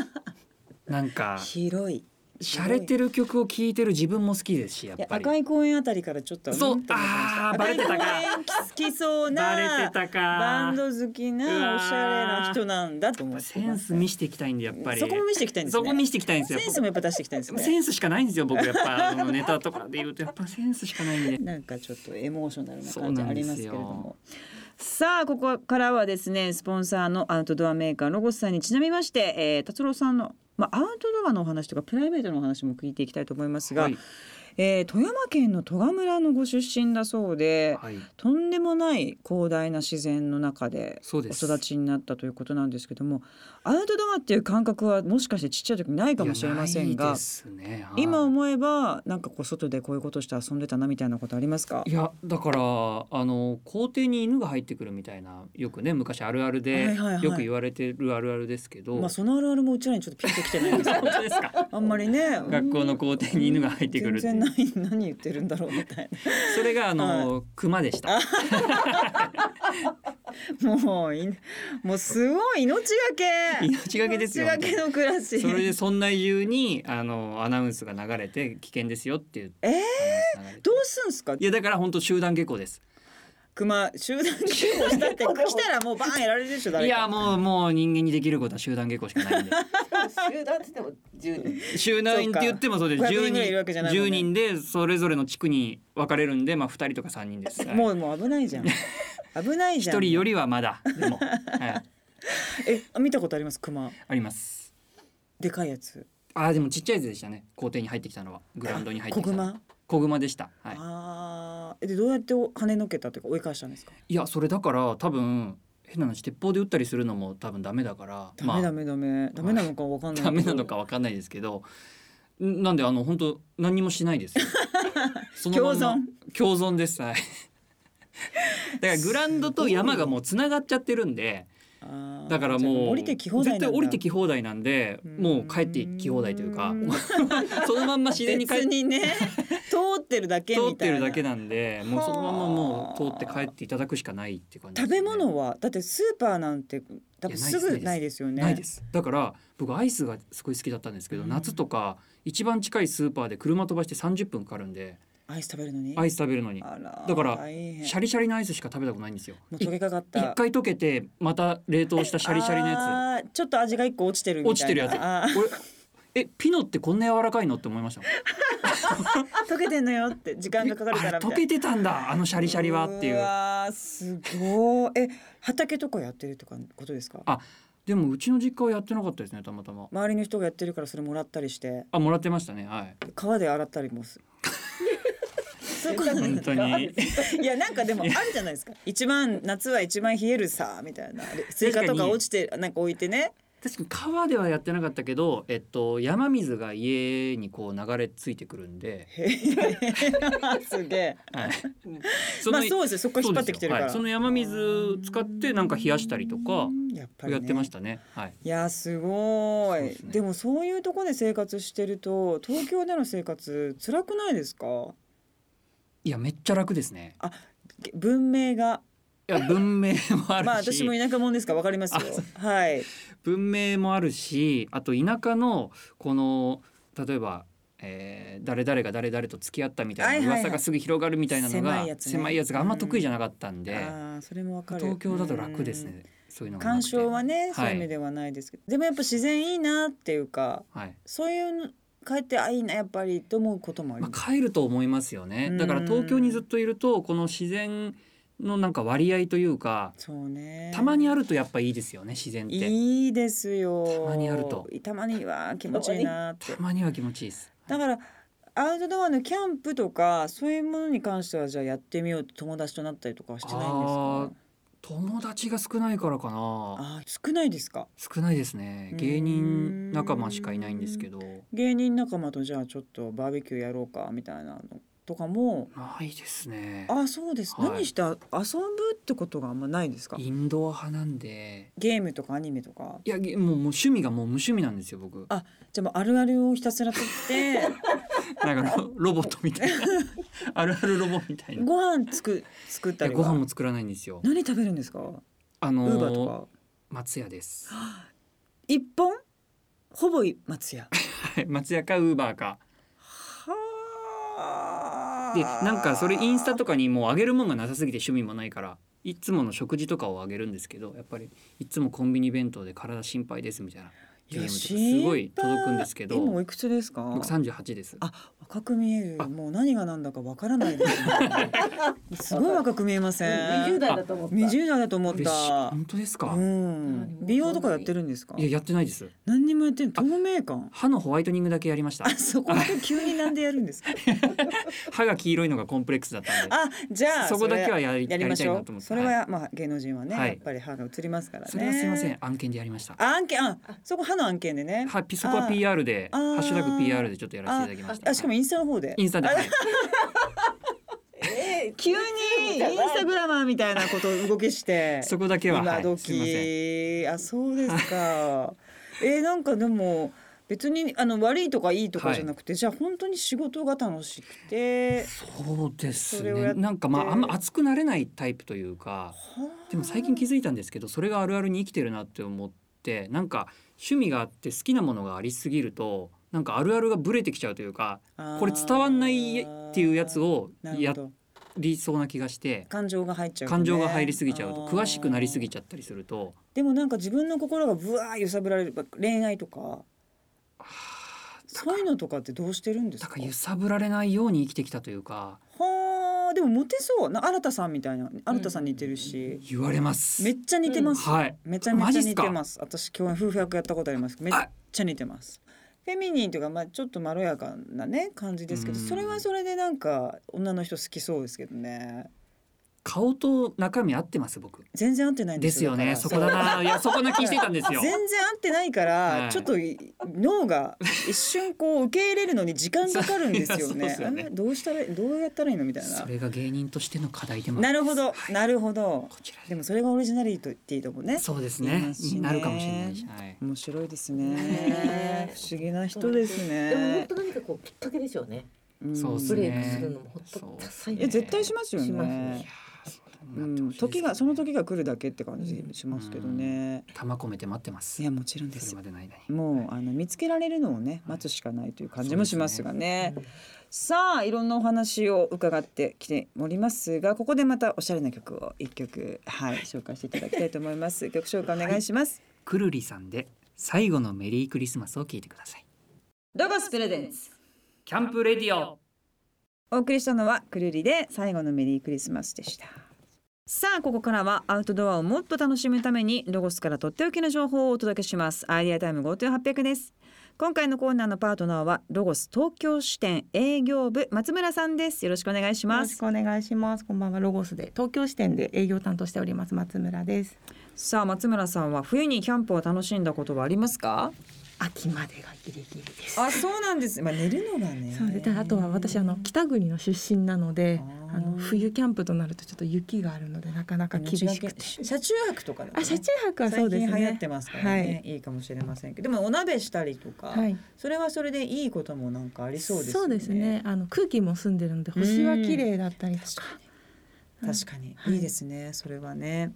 Speaker 2: なんか
Speaker 1: 広い
Speaker 2: 洒落てる曲を聴いてる自分も好きですしやっ
Speaker 1: いや
Speaker 2: ぱり
Speaker 1: 赤い公園あたりからちょっと
Speaker 2: そうん
Speaker 1: と思いました
Speaker 2: あーバレてたか
Speaker 1: 赤い公園好きそうな
Speaker 2: バレてたか
Speaker 1: バンド好きな
Speaker 2: うわー
Speaker 1: おしゃれな人なんだと思って
Speaker 2: センス見していきたいんでやっぱり
Speaker 1: そこも見せていきたいんです
Speaker 2: そ
Speaker 1: ね
Speaker 2: こ見していきたいんですよ
Speaker 1: センスもやっぱ出していきたいんです
Speaker 2: セ
Speaker 1: ね
Speaker 2: ンスしかないんですよ僕やっぱあのネタとかで言うとやっぱセンスしかないんで
Speaker 1: なんかちょっとエモーショナルな
Speaker 2: そ
Speaker 1: 感
Speaker 2: う
Speaker 1: じ
Speaker 2: なんですよ
Speaker 1: ありますけれどもさあここからはですねスポンサーのアウトドアメーカーロゴスさんにちなみまして、えー、達郎さんのまあアウトドアのお話とかプライベートのお話も聞いていきたいと思いますが、
Speaker 2: はい
Speaker 1: えー富山県の戸賀村のご出身だそうで、
Speaker 2: はい
Speaker 1: とんでもない広大な自然の中で
Speaker 2: そう
Speaker 1: お
Speaker 2: です
Speaker 1: 育ちになったということなんですけどもアウトドアっていう感覚はもしかしてちっちゃい時ないかもしれません
Speaker 2: いやない
Speaker 1: が
Speaker 2: ですねはい
Speaker 1: 今思えばなんかこう外でこういうことして遊んでたなみたいなことありますか
Speaker 2: いやだからあの校庭に犬が入ってくるみたいなよくね昔あるあるで、
Speaker 1: はいはいはい
Speaker 2: よく言われてるあるあるですけど、
Speaker 1: まあそのあるあるもうちらにちょっとピンときてないんですけど
Speaker 2: 本当ですか
Speaker 1: あんまり ね
Speaker 2: 学校の校庭に犬が入ってくるっていう
Speaker 1: 全然ない何言ってるんだろうみたいな
Speaker 2: それがあの、熊でした。
Speaker 1: もういなもうすごい命がけ
Speaker 2: 命がけですよ
Speaker 1: 命がけの暮らし
Speaker 2: それで村内中にあのアナウンスが流れて危険ですよっていう
Speaker 1: えー
Speaker 2: アナウンスが流れて
Speaker 1: どうすんすか
Speaker 2: いやだから本当集団下校です
Speaker 1: 熊集団救護したって来た らもうバーンやられるでしょ誰か
Speaker 2: いやもうもう人間にできることは集団下校しかな いんで
Speaker 3: 集団って言っても十人。
Speaker 2: 集団って言ってもそうです
Speaker 1: そうか500
Speaker 2: 10
Speaker 1: 人ぐらいいるわけじゃないもんね
Speaker 2: 人10人でそれぞれの地区に分かれるんでまあ2人とか3人です、はい、
Speaker 1: もうもう危ない じゃん危ないじゃん
Speaker 2: 1人よりはまだでも、はい、
Speaker 1: え見たことあります熊
Speaker 2: あります
Speaker 1: でかいやつ
Speaker 2: あーでもちっちゃいやつでしたね校庭に入ってきたのはグラウンドに入っ
Speaker 1: 子
Speaker 2: てきたのは
Speaker 1: 熊
Speaker 2: 子熊でした、はい、
Speaker 1: あーえでどうやって跳ねのけたというか追い返したんですか
Speaker 2: いやそれだから多分変な話鉄砲で撃ったりするのも多分ダメだから
Speaker 1: ダメダ
Speaker 2: ま
Speaker 1: メダメ、ダメなのかわかん
Speaker 2: あ
Speaker 1: ない
Speaker 2: ダメなのかわかんないですけどんなんであの本当何にもしないです そのまんま共存ですはいだからグラウンドと山がもうつながっちゃってるんで
Speaker 1: あー
Speaker 2: だから
Speaker 1: じゃ
Speaker 2: も
Speaker 1: あ
Speaker 2: う
Speaker 1: 降りてき放題なんだ
Speaker 2: 絶対降りてき放題なんで
Speaker 1: うん
Speaker 2: もう帰ってき放題というか そのまんま自然に帰っ
Speaker 1: 別に ね通ってるだけみたいな
Speaker 2: 通ってるだけなんでもうそのまんまもう
Speaker 1: はあ
Speaker 2: 通って帰っていただくしかないっていう感じで
Speaker 1: 食
Speaker 2: すね、
Speaker 1: べ物はだってスーパーなんて多分
Speaker 2: いやな
Speaker 1: す
Speaker 2: いで
Speaker 1: ぐ
Speaker 2: す
Speaker 1: ないですよね
Speaker 2: ないですだから僕アイスがすごい好きだったんですけど、
Speaker 1: うん
Speaker 2: 夏とか一番近いスーパーで車飛ばして30分かかるんで
Speaker 1: アイス食べるのに
Speaker 2: アイス食べるのに
Speaker 1: あら
Speaker 2: だから
Speaker 1: 大変
Speaker 2: シャリシャリのアイスしか食べたことないんですよ
Speaker 1: もう
Speaker 2: い
Speaker 1: 溶けかかった
Speaker 2: 一回溶けてまた冷凍したシャリシャリのや
Speaker 1: やつちょっと味が一個落ちてるみたいな
Speaker 2: 落ちてるやつ
Speaker 1: あ
Speaker 2: つ俺えピノってこんな柔らかいのって思いましたもん
Speaker 1: ー溶けてんのよって時間がかかるから
Speaker 2: あ
Speaker 1: みたい
Speaker 2: 溶
Speaker 1: な
Speaker 2: けてたんだあのシャリシャリはっていう
Speaker 1: わーすごいえ畑とかやってるとかことですか
Speaker 2: あでもうちの実家はやってなかったですねたまたま
Speaker 1: 周りの人がやってるからそれもらったりして
Speaker 2: あもらってましたねはい
Speaker 1: 川で洗ったりもす るそういうことない
Speaker 2: 本当に
Speaker 1: いやなんかでもあるじゃないですか一番夏は一番冷えるさみたいなでスイカと
Speaker 2: 確か
Speaker 1: か
Speaker 2: に
Speaker 1: 落ちてなんか置いて ね
Speaker 2: 確かに川ではやってなかったけど、えっと、山水が家にこう流れ着いてくるんで、
Speaker 1: へへへすげえ
Speaker 2: はい、そ
Speaker 1: まあ
Speaker 2: の
Speaker 1: そうですよそこ引っ張ってきてるから
Speaker 2: そうですよはいその山水使ってなんか冷やしたりとか
Speaker 1: やっぱりね
Speaker 2: やってましたねはい
Speaker 1: いやすご
Speaker 2: そう
Speaker 1: い
Speaker 2: で
Speaker 1: です
Speaker 2: ね
Speaker 1: もそういうとこで生活してると東京での生活辛くないですか
Speaker 2: いやめっちゃ楽ですね
Speaker 1: げ文明が
Speaker 2: いや文明もあ
Speaker 1: まあ
Speaker 2: る
Speaker 1: 私
Speaker 2: し、
Speaker 1: も田舎者ですからわかりますよ
Speaker 2: あそ
Speaker 1: はい
Speaker 2: 文明もあるしあと田舎のこの例えば、えー誰々が誰々と付き合ったみたいな
Speaker 1: はいはいはい
Speaker 2: 噂がすぐ広がるみたいなのが、
Speaker 1: 狭いやつね
Speaker 2: 狭いやつがあんま得意じゃなかったん
Speaker 1: あ
Speaker 2: で、
Speaker 1: ーそれもわかる
Speaker 2: 東京だと楽です
Speaker 1: うん
Speaker 2: ねそういうのがな
Speaker 1: 鑑
Speaker 2: くて
Speaker 1: 賞はね
Speaker 2: い
Speaker 1: そういう意味ではないですけど、でもやっぱ自然いいなっていうか
Speaker 2: はい
Speaker 1: そういうの帰ってあいいなやっぱりと思うこともあり
Speaker 2: ま
Speaker 1: ます、
Speaker 2: あ、帰ると思いますよね
Speaker 1: うん
Speaker 2: だから東京にずっといるとこの自然のなんか割合というか
Speaker 1: そうね
Speaker 2: たまにあ
Speaker 1: る
Speaker 2: るとやっぱいいですよね自然って
Speaker 1: いいですよ
Speaker 2: たまにあると
Speaker 1: たまには気持ちいいなって
Speaker 2: たまには気持ちいいです
Speaker 1: だからアウトドアのキャンプとかそういうものに関してはじゃあやってみようと友達となったりとかはしてないんですか
Speaker 2: 友達が少ないからかな
Speaker 1: あー少ないですか
Speaker 2: 少ないですね芸人仲間しかいないんですけど
Speaker 1: 芸人仲間とじゃあちょっとバーベキューやろうかみたいなのとかも
Speaker 2: ないですね
Speaker 1: あーそうです、
Speaker 2: はい
Speaker 1: 何して遊ぶってことがあんまないですか
Speaker 2: インドア派なんで
Speaker 1: ゲームとかアニメとか
Speaker 2: いやげもうもう趣味がもう無趣味なんですよ僕
Speaker 1: あじゃあもうあるあるをひたすら撮って
Speaker 2: なんかロロボットみ たいなあるあるロボみたいない
Speaker 1: ご飯つく作った
Speaker 2: や
Speaker 1: り
Speaker 2: ご
Speaker 1: は
Speaker 2: 飯も作らないんですよ
Speaker 1: 何食べるんですか
Speaker 2: あ
Speaker 1: ウーバーと
Speaker 2: の
Speaker 1: か
Speaker 2: 松屋です
Speaker 1: 一本ほぼ松屋
Speaker 2: はい松屋かウーバーか
Speaker 1: は
Speaker 2: でなんかそれインスタとかにもうあげるもんがなさすぎて趣味もないからいつもの食事とかをあげるんですけどやっぱりいつもコンビニ弁当で体心配ですみたいな DM とかすごい届くんですけど
Speaker 1: いや心配今おいくつですか
Speaker 2: 僕38です
Speaker 1: あ若く見える
Speaker 2: あ
Speaker 1: もう何が何だかわからないですねすごい若く見えません
Speaker 3: 二十代だと思った。
Speaker 1: 20代だと思っ
Speaker 2: 嬉しい
Speaker 1: た
Speaker 2: 本当ですか、
Speaker 1: う
Speaker 2: い
Speaker 1: ん美容とかやってるんですか
Speaker 2: ややってないです
Speaker 1: 何にもやってん透明感
Speaker 2: 歯のホワイトニングだけやりました
Speaker 1: あそこだけ急になんでやるんですか
Speaker 2: 歯が黄色いのがコンプレックスだったんで
Speaker 1: あじゃあ
Speaker 2: そこだけはやり
Speaker 1: やりまし
Speaker 2: やりたい
Speaker 1: ょ
Speaker 2: なと
Speaker 1: う。
Speaker 2: 思って
Speaker 1: それは
Speaker 2: は
Speaker 1: や、まあ芸能人はね、
Speaker 2: はい
Speaker 1: やっぱり歯が映りますからね。
Speaker 2: それはすいません。案件でやりました
Speaker 1: あ案件あそこ歯の案件でね。
Speaker 2: はピそこは PR で「
Speaker 1: あー
Speaker 2: ハッシュタグ #PR」でちょっとやらせていただきました
Speaker 1: あしかもインスタの方で。
Speaker 2: インスタで、
Speaker 1: あ
Speaker 2: はい
Speaker 3: ええ
Speaker 1: 急にインスタグラマーみたいなこと動きして。
Speaker 2: そこだけは、は
Speaker 1: 今
Speaker 2: い、すいません
Speaker 1: 時あそうですか。えーなんかでも別にあの悪いとかいいとかじゃなくて、じゃあ本当に仕事が楽しくて
Speaker 2: そうです
Speaker 1: それをや
Speaker 2: ね
Speaker 1: って
Speaker 2: なんかまああんま熱くなれないタイプというかでも最近気づいたんですけどそれがあるあるに生きてるなって思ってなんか趣味があって好きなものがありすぎるとなんかあるあるがブレてきちゃうというかこれ伝わんないっていうやつをやりそうな気がして
Speaker 1: 感情が入っちゃうとね、
Speaker 2: 感情が入りすぎちゃうと詳しくなりすぎち
Speaker 1: ゃう
Speaker 2: ゃったりすると
Speaker 1: でもなんか自分の心がぶわー揺さぶられる恋愛とか
Speaker 2: はあ
Speaker 1: そういうのとかってどうしてるんです
Speaker 2: だ
Speaker 1: か
Speaker 2: から揺さぶられないように生きてきたというか
Speaker 1: はあでもモテそうな新田さんみたいな新田さん似てるし、
Speaker 2: 言われます。
Speaker 1: めっちゃ似てます、
Speaker 2: はい
Speaker 1: めちゃめちゃ似て
Speaker 2: マ
Speaker 1: ます私共演夫婦役やったことありますめっちゃ似てますフェミニンというかまあちょっとまろやかなね感じですけど
Speaker 2: うん
Speaker 1: それはそれでなんか女の人好きそうですけどね
Speaker 2: 顔と中身合ってます僕。
Speaker 1: 全然合ってないんで
Speaker 2: ですす
Speaker 1: よ
Speaker 2: よね
Speaker 1: だ
Speaker 2: そ
Speaker 1: か
Speaker 2: こ
Speaker 1: ら
Speaker 2: だないやそこな気してたんですよ
Speaker 1: 全。然合ってないか
Speaker 2: は
Speaker 1: ら
Speaker 2: い
Speaker 1: ちょっとい脳が一瞬こう受け入れるのに時間かかるんですよ
Speaker 2: いやそうで
Speaker 1: ね
Speaker 2: すよね
Speaker 1: あれどうしたらどうやったらいいのみたい
Speaker 2: そ
Speaker 1: な
Speaker 2: れが芸人としての課題でもあ
Speaker 1: な
Speaker 2: り
Speaker 1: るほ
Speaker 2: ます
Speaker 1: ど
Speaker 2: はい
Speaker 1: なるほど
Speaker 2: こちら
Speaker 1: でもそれがオリジナリティっていいともね
Speaker 2: そうです
Speaker 1: 言い
Speaker 2: ね
Speaker 1: ますしね
Speaker 2: になるかもしれないし、はい、
Speaker 1: 面白いです
Speaker 3: ね
Speaker 1: ね不思議な人です
Speaker 3: でも本
Speaker 1: ね
Speaker 3: 当何かこうきっかけでしょうね。
Speaker 1: ん
Speaker 2: そうです
Speaker 3: ブ
Speaker 2: ね
Speaker 3: レイクするのもほっとください
Speaker 1: いや絶対しますよ
Speaker 3: します
Speaker 1: ね
Speaker 3: ね。
Speaker 1: う
Speaker 2: いやーそうなって
Speaker 1: ん、
Speaker 2: ほしいですね
Speaker 1: 時がその時が来るだけって感じしますけどね。
Speaker 2: 玉込めて待ってます
Speaker 1: いやもちろんで
Speaker 2: そ
Speaker 1: すよ。
Speaker 2: れまでの間に
Speaker 1: もうあの見つけられるのをね待つしかないという感じもしますがね。さあいろんなお話を伺ってきておりますがここでまたおしゃれな曲を一曲はい紹介していただきたいと思います。曲紹介お願いします。
Speaker 2: くるりさんで最後のメリークリスマスを聞いてください
Speaker 1: ロゴスプレゼンツ。
Speaker 2: キャンプレディオ
Speaker 1: お送りしたのはくるりで最後のメリークリスマスでしたさあここからはアウトドアをもっと楽しむためにロゴスからとっておきの情報をお届けしますアイデアタイム GoTo800 です今回のコーナーのパートナーはロゴス東京支店営業部松村さんですよろしくお願いし
Speaker 4: よろ
Speaker 1: ま
Speaker 4: し
Speaker 1: す
Speaker 4: くお願いします。こんばんは、ロゴスで東京支店で営業担当しております松村です。
Speaker 1: さあ松村さんは冬にキャンプを楽しんだことはありますか
Speaker 4: 秋までがギリギリです。
Speaker 1: あそうなんですまあ寝るのがね
Speaker 4: そうです。ただあとは私あの北国の出身なので、
Speaker 1: あー
Speaker 4: あの冬キャンプとなるとちょっと雪があるのでなかなか厳しくて。
Speaker 1: 車中泊とかでもね
Speaker 4: あ、車中泊はそ
Speaker 1: 最
Speaker 4: うです
Speaker 1: 近
Speaker 4: ね。
Speaker 1: 流行ってますからね、い、いかもしれませんけどでもお鍋したりとか、
Speaker 4: はい。はい。
Speaker 1: それはそれでいいこともなんかありそうですよね。
Speaker 4: ね。あの空気も澄んでるので星は綺麗だったりとか。
Speaker 1: 確かに、
Speaker 4: はい
Speaker 1: いいですね。それはね。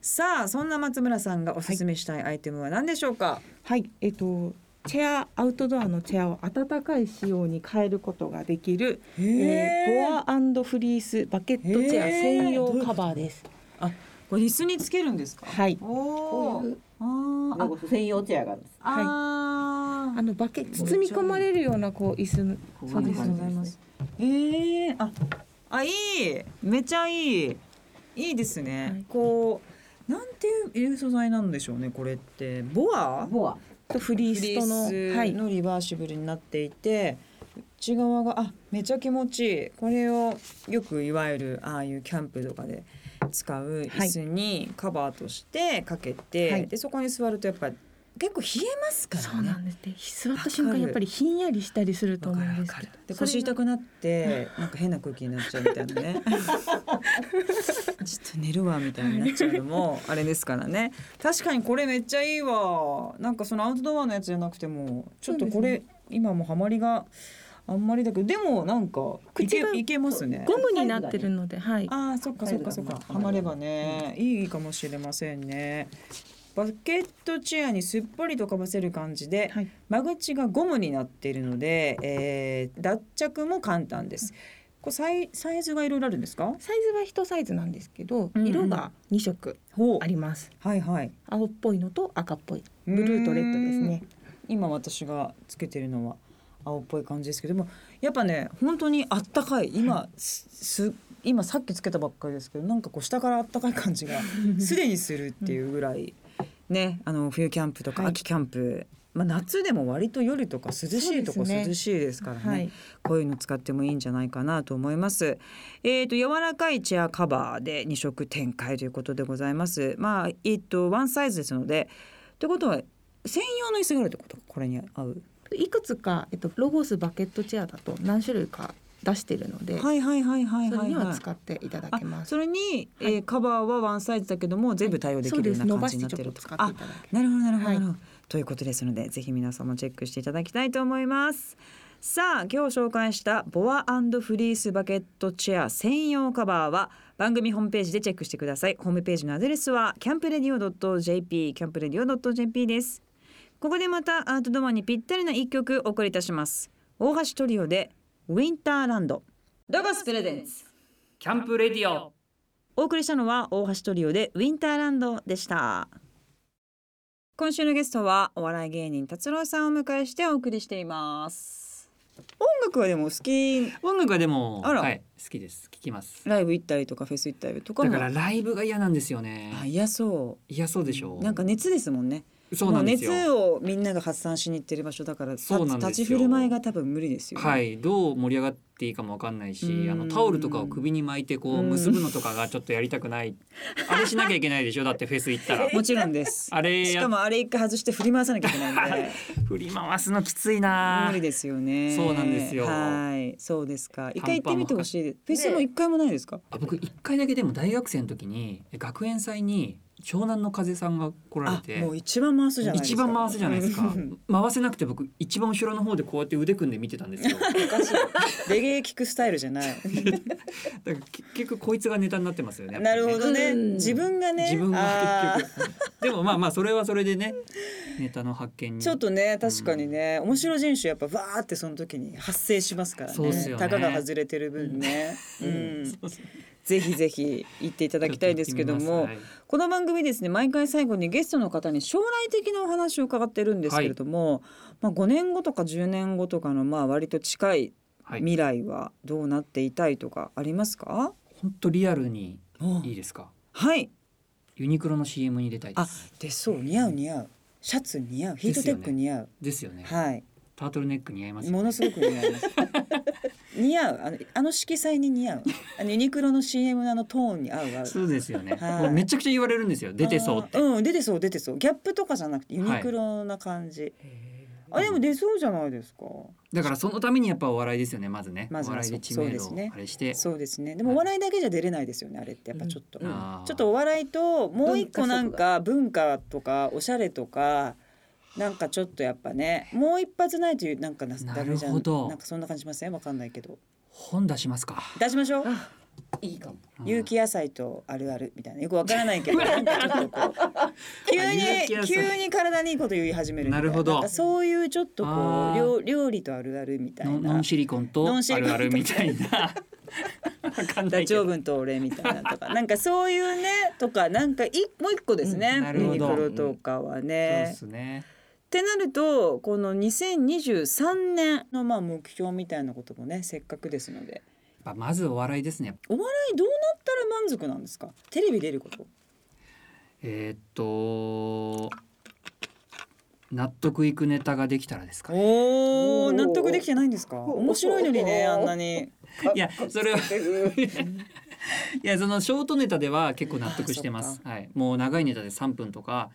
Speaker 1: さあそんな松村さんがおすすめしたいアイテムは何でしょうか。
Speaker 4: はい。えっと。チェアアウトドアのチェアを暖かい仕様に変えることができる、
Speaker 1: え
Speaker 4: えー、ボアフリースバケットチェア専用カバーです。
Speaker 1: これ椅子につけるんですか。
Speaker 4: はい。
Speaker 1: お
Speaker 3: こういう
Speaker 1: お。あ
Speaker 3: ロゴス専用チェアがあるんです。
Speaker 1: あ。あ
Speaker 4: あのバケ包み込まれるようなこう椅子の
Speaker 1: ー
Speaker 4: そうです
Speaker 1: ありがとうございます。ええああいいめちゃいいいいですね。
Speaker 4: はい
Speaker 1: こうなんていう素材なんでしょうねこれってボア？
Speaker 3: ボア。
Speaker 4: フリー
Speaker 1: フ
Speaker 4: ス
Speaker 1: リ
Speaker 4: トのは
Speaker 1: ース
Speaker 4: い
Speaker 1: のリバーシブルになっていて内側があめちゃ気持ちいいこれをよくいわゆるああいうキャンプとかで使う椅子にカバーとしてかけて、
Speaker 4: はい
Speaker 1: でそこに座るとやっぱ結構冷えますか
Speaker 4: そ
Speaker 1: ら
Speaker 4: う
Speaker 1: ね
Speaker 4: なん。ですね座っ
Speaker 1: わかる
Speaker 4: た瞬間やっぱりひんやりしたりすると
Speaker 1: わ
Speaker 4: 思
Speaker 1: か
Speaker 4: う
Speaker 1: るわ
Speaker 4: んです
Speaker 1: か
Speaker 4: け
Speaker 1: る
Speaker 4: ど
Speaker 1: で
Speaker 4: それが
Speaker 1: 腰痛くなってなんか変な空気になっちゃうみたいな ねちょっと寝るわみたいになっちゃうのもあれですからね確かにこれめっちゃいいわなんかそのアウトドアのやつじゃなくてもちょっとこ
Speaker 4: そう
Speaker 1: れ、今もハマりがあんまりだけどでもなんかいけ
Speaker 4: 口が
Speaker 1: いけますね
Speaker 4: ゴムになってるのではい
Speaker 1: あーそっかそっかそっかハマればねいいかもしれませんねバケットチェアにすっぽりとかぶせる感じで、
Speaker 4: はい
Speaker 1: 間口がゴムになっているので、えー脱着も簡単ですこうサイサイズがいろいろあるんですか
Speaker 4: サイズは一サイズなんですけど
Speaker 1: うんうん
Speaker 4: 色が二色
Speaker 1: ほ
Speaker 4: あります
Speaker 1: うはいはい
Speaker 4: 青っぽいのと赤っぽいブルーとレッドですね
Speaker 1: 今私がつけてるのは青っぽい感じですけどもやっぱね本当にあったかい今すす今さっきつけたばっかりですけどなんかこう下からあったかい感じ がすでにするっていうぐらいねあの冬キャンプとか
Speaker 4: はい
Speaker 1: 秋キャンプ、まあ、夏でも割と夜とか涼しいと
Speaker 4: そ
Speaker 1: こ
Speaker 4: うですね
Speaker 1: 涼しいですからね
Speaker 4: はい
Speaker 1: こういうの使ってもいいんじゃないかなと思います。えっ、と柔らかいチェアカバーで2色展開ということでございます。まあえっ、とワンサイズですのでということは専用の椅子があるってことこれに合う。
Speaker 4: いくつかえっとロゴスバケットチェアだと何種類か出してるので
Speaker 1: はいはいはいはい
Speaker 4: そ
Speaker 1: は
Speaker 4: れ
Speaker 1: い、
Speaker 4: には
Speaker 1: はい。
Speaker 4: 使っていただけ
Speaker 1: あ
Speaker 4: ます
Speaker 1: それに、えーカバーはワンサイズだけども全部対応でき
Speaker 4: そう
Speaker 1: る
Speaker 4: で
Speaker 1: よう
Speaker 4: す
Speaker 1: な
Speaker 4: 伸
Speaker 1: 感
Speaker 4: ば
Speaker 1: じに
Speaker 4: して
Speaker 1: なっ
Speaker 4: ち
Speaker 1: て
Speaker 4: ょっ
Speaker 1: ると
Speaker 4: と使
Speaker 1: か
Speaker 4: っ。てい
Speaker 1: あ
Speaker 4: ただけ
Speaker 1: なるほどなるほど、
Speaker 4: はい
Speaker 1: なるほどということですのでぜひ皆さんもチェックしていただきたいと思いますさあ今日紹介したボアフリースバケットチェア専用カバーは番組ホームページでチェックしてくださいホームページのアドレスはキャンプレディオ .jp キャンプレディオ .jp ですここでまたアートドアにぴったりな一曲お送りいたします大橋トリオでウィンターランドロゴスプレゼンツ
Speaker 2: キャンプレディオ
Speaker 1: お送りしたのは大橋トリオでウィンターランドでした今週のゲストはお笑い芸人達郎さんをお迎えしてお送りしています音楽はでも好き
Speaker 2: 音楽はでも
Speaker 1: あら
Speaker 2: はい好きです聞きます
Speaker 1: ライブ行ったりとかフェス行ったりとか
Speaker 2: だ
Speaker 1: も
Speaker 2: からライブが嫌なんですよ
Speaker 1: あ
Speaker 2: ね
Speaker 1: いやそ
Speaker 2: 嫌そう
Speaker 1: う
Speaker 2: でしょう
Speaker 1: なんか熱ですもんね
Speaker 2: そうなんですよ
Speaker 1: もう熱をみんなが発散しに行ってる場所だから
Speaker 2: そうなんですよ
Speaker 1: 立ち振る舞いが多分無理ですよね、
Speaker 2: はい、どう盛り上がっていいかもわかんないし
Speaker 1: うん
Speaker 2: あのタオルとかを首に巻いてこ
Speaker 1: う
Speaker 2: うん結ぶのとかがちょっとやりたくないあれしなきゃいけないでしょだってフェス行った ら
Speaker 1: もちろんです
Speaker 2: あれ
Speaker 1: しか
Speaker 2: や
Speaker 1: もあれ一回外して振り回さなきゃいけないんで
Speaker 2: 振り回すのきついな
Speaker 1: 無理ですよね
Speaker 2: そうなんですよ
Speaker 1: はいそうですか一回行ってみてほしいですフ
Speaker 3: パ
Speaker 1: ェ
Speaker 3: ン
Speaker 1: スも一回もないですか、
Speaker 2: あ僕一回だけでも大学生の時に学園祭に長男の風さんが来られ
Speaker 1: あ
Speaker 2: て
Speaker 1: もう一番回すじゃないです
Speaker 2: 一
Speaker 1: か
Speaker 2: 番回すじゃないですか
Speaker 1: うん
Speaker 2: 回せなくて僕一番後ろの方でこうやって腕組んで見てた んですよだか
Speaker 1: おかしい レゲエ聞くスタイルじゃない
Speaker 2: ら結局こいつがネタになってますよねやっぱ
Speaker 1: な
Speaker 2: り
Speaker 1: る
Speaker 2: ね
Speaker 1: ほどね
Speaker 4: うん
Speaker 1: 自分がね
Speaker 2: 自分が
Speaker 1: あー
Speaker 2: 結局でもまあまあそれはそれでねネタの発見に
Speaker 1: ちょっとね確かにね、面白人種やっぱわーってその時に発生しますからね
Speaker 2: そうっすよね
Speaker 1: たかが外れてる分ね、う
Speaker 3: うん
Speaker 1: ん
Speaker 2: そうそう
Speaker 1: ぜひぜひ行っていただきたいですけど
Speaker 2: ちょっと行
Speaker 1: も
Speaker 2: ってみますはい
Speaker 1: この番組ですね毎回最後にゲストの方に将来的なお話を伺ってるんですけれども、まあ、5年後とか10年後とかのまあ割と近い
Speaker 2: はい
Speaker 1: 未来はどうなっていたいとかありますか、
Speaker 2: 本当リアルに
Speaker 1: お
Speaker 2: いいですか
Speaker 1: はい
Speaker 2: ユニクロの CM に出たいで
Speaker 1: あ
Speaker 2: す
Speaker 1: でそう似合う似合うシャツ似合うヒートテック似合う、
Speaker 2: ですよね
Speaker 1: はい
Speaker 2: タートルネック似合いますよね
Speaker 1: ものすごく似合います似合うあのあの色彩に似合うあのユニクロの CM のあのトーンに合う合う
Speaker 2: そうですよね
Speaker 1: はい
Speaker 2: もうめちゃくちゃ言われるんですよ出てそうって
Speaker 1: あーうん出てそう出てそうギャップとかじゃなくてユニクロな感じ、あでも出そうじゃないですか
Speaker 2: だからそのためにやっぱお笑いですよねまずねお
Speaker 1: まずは
Speaker 2: 笑いで知名度をあれして
Speaker 1: そうですねでも
Speaker 2: は
Speaker 1: お
Speaker 2: い
Speaker 1: 笑いだけじゃ出れないですよねあれってやっぱちょっと、
Speaker 2: うんあー
Speaker 1: ちょっとお笑いともう一個なんか文化とかおしゃれとかなんかちょっとやっぱねもう一発ないというなんかな
Speaker 2: な
Speaker 1: ダメじゃ
Speaker 2: るほ
Speaker 1: ん
Speaker 2: ど
Speaker 1: なんかそんな感じしませんわかんないけど
Speaker 2: 本出しますか
Speaker 1: 出しましょう
Speaker 3: いいか
Speaker 2: う
Speaker 3: も。
Speaker 2: ん
Speaker 1: 有機野菜とあるあるみたいなよくわからない けどなんかちょっとこう急
Speaker 2: 有機野
Speaker 1: に
Speaker 2: 菜
Speaker 1: 急に体にいいこと言い始めるみたい
Speaker 2: なるほど
Speaker 1: んかそういうちょっとこ
Speaker 2: あー
Speaker 1: う料料理とあるあるみたい
Speaker 2: ノンノ
Speaker 1: な
Speaker 2: ンシリコンと
Speaker 1: ノン
Speaker 2: あ
Speaker 1: シリコン
Speaker 2: るあるみたい なわかんな
Speaker 1: ダ
Speaker 2: い
Speaker 1: チ
Speaker 2: け
Speaker 1: ョウ
Speaker 2: ど
Speaker 1: 文と俺みたいなとかなんかそういうねとかなんかいもう一個です
Speaker 2: うん
Speaker 1: ね
Speaker 2: な、る
Speaker 1: ユ
Speaker 2: ほど
Speaker 1: ニクロとかは
Speaker 2: そう
Speaker 1: ね
Speaker 2: で。すね
Speaker 1: ってなるとこの2023年のまあ目標みたいなこともねせっかくですので
Speaker 2: やっぱまずお笑いですね
Speaker 1: お笑いどうなったら満足なんですかテレビ出ること
Speaker 2: えーっと納得いくネタができたらですかね
Speaker 1: お
Speaker 3: お
Speaker 1: お
Speaker 3: ー
Speaker 1: 納得できてないんですか面白いのにねあんなに
Speaker 2: いやそ れはいやそのショートネタでは結構納得してま
Speaker 1: あー
Speaker 2: す
Speaker 1: そ、
Speaker 2: はい、もう長いネタで3分とか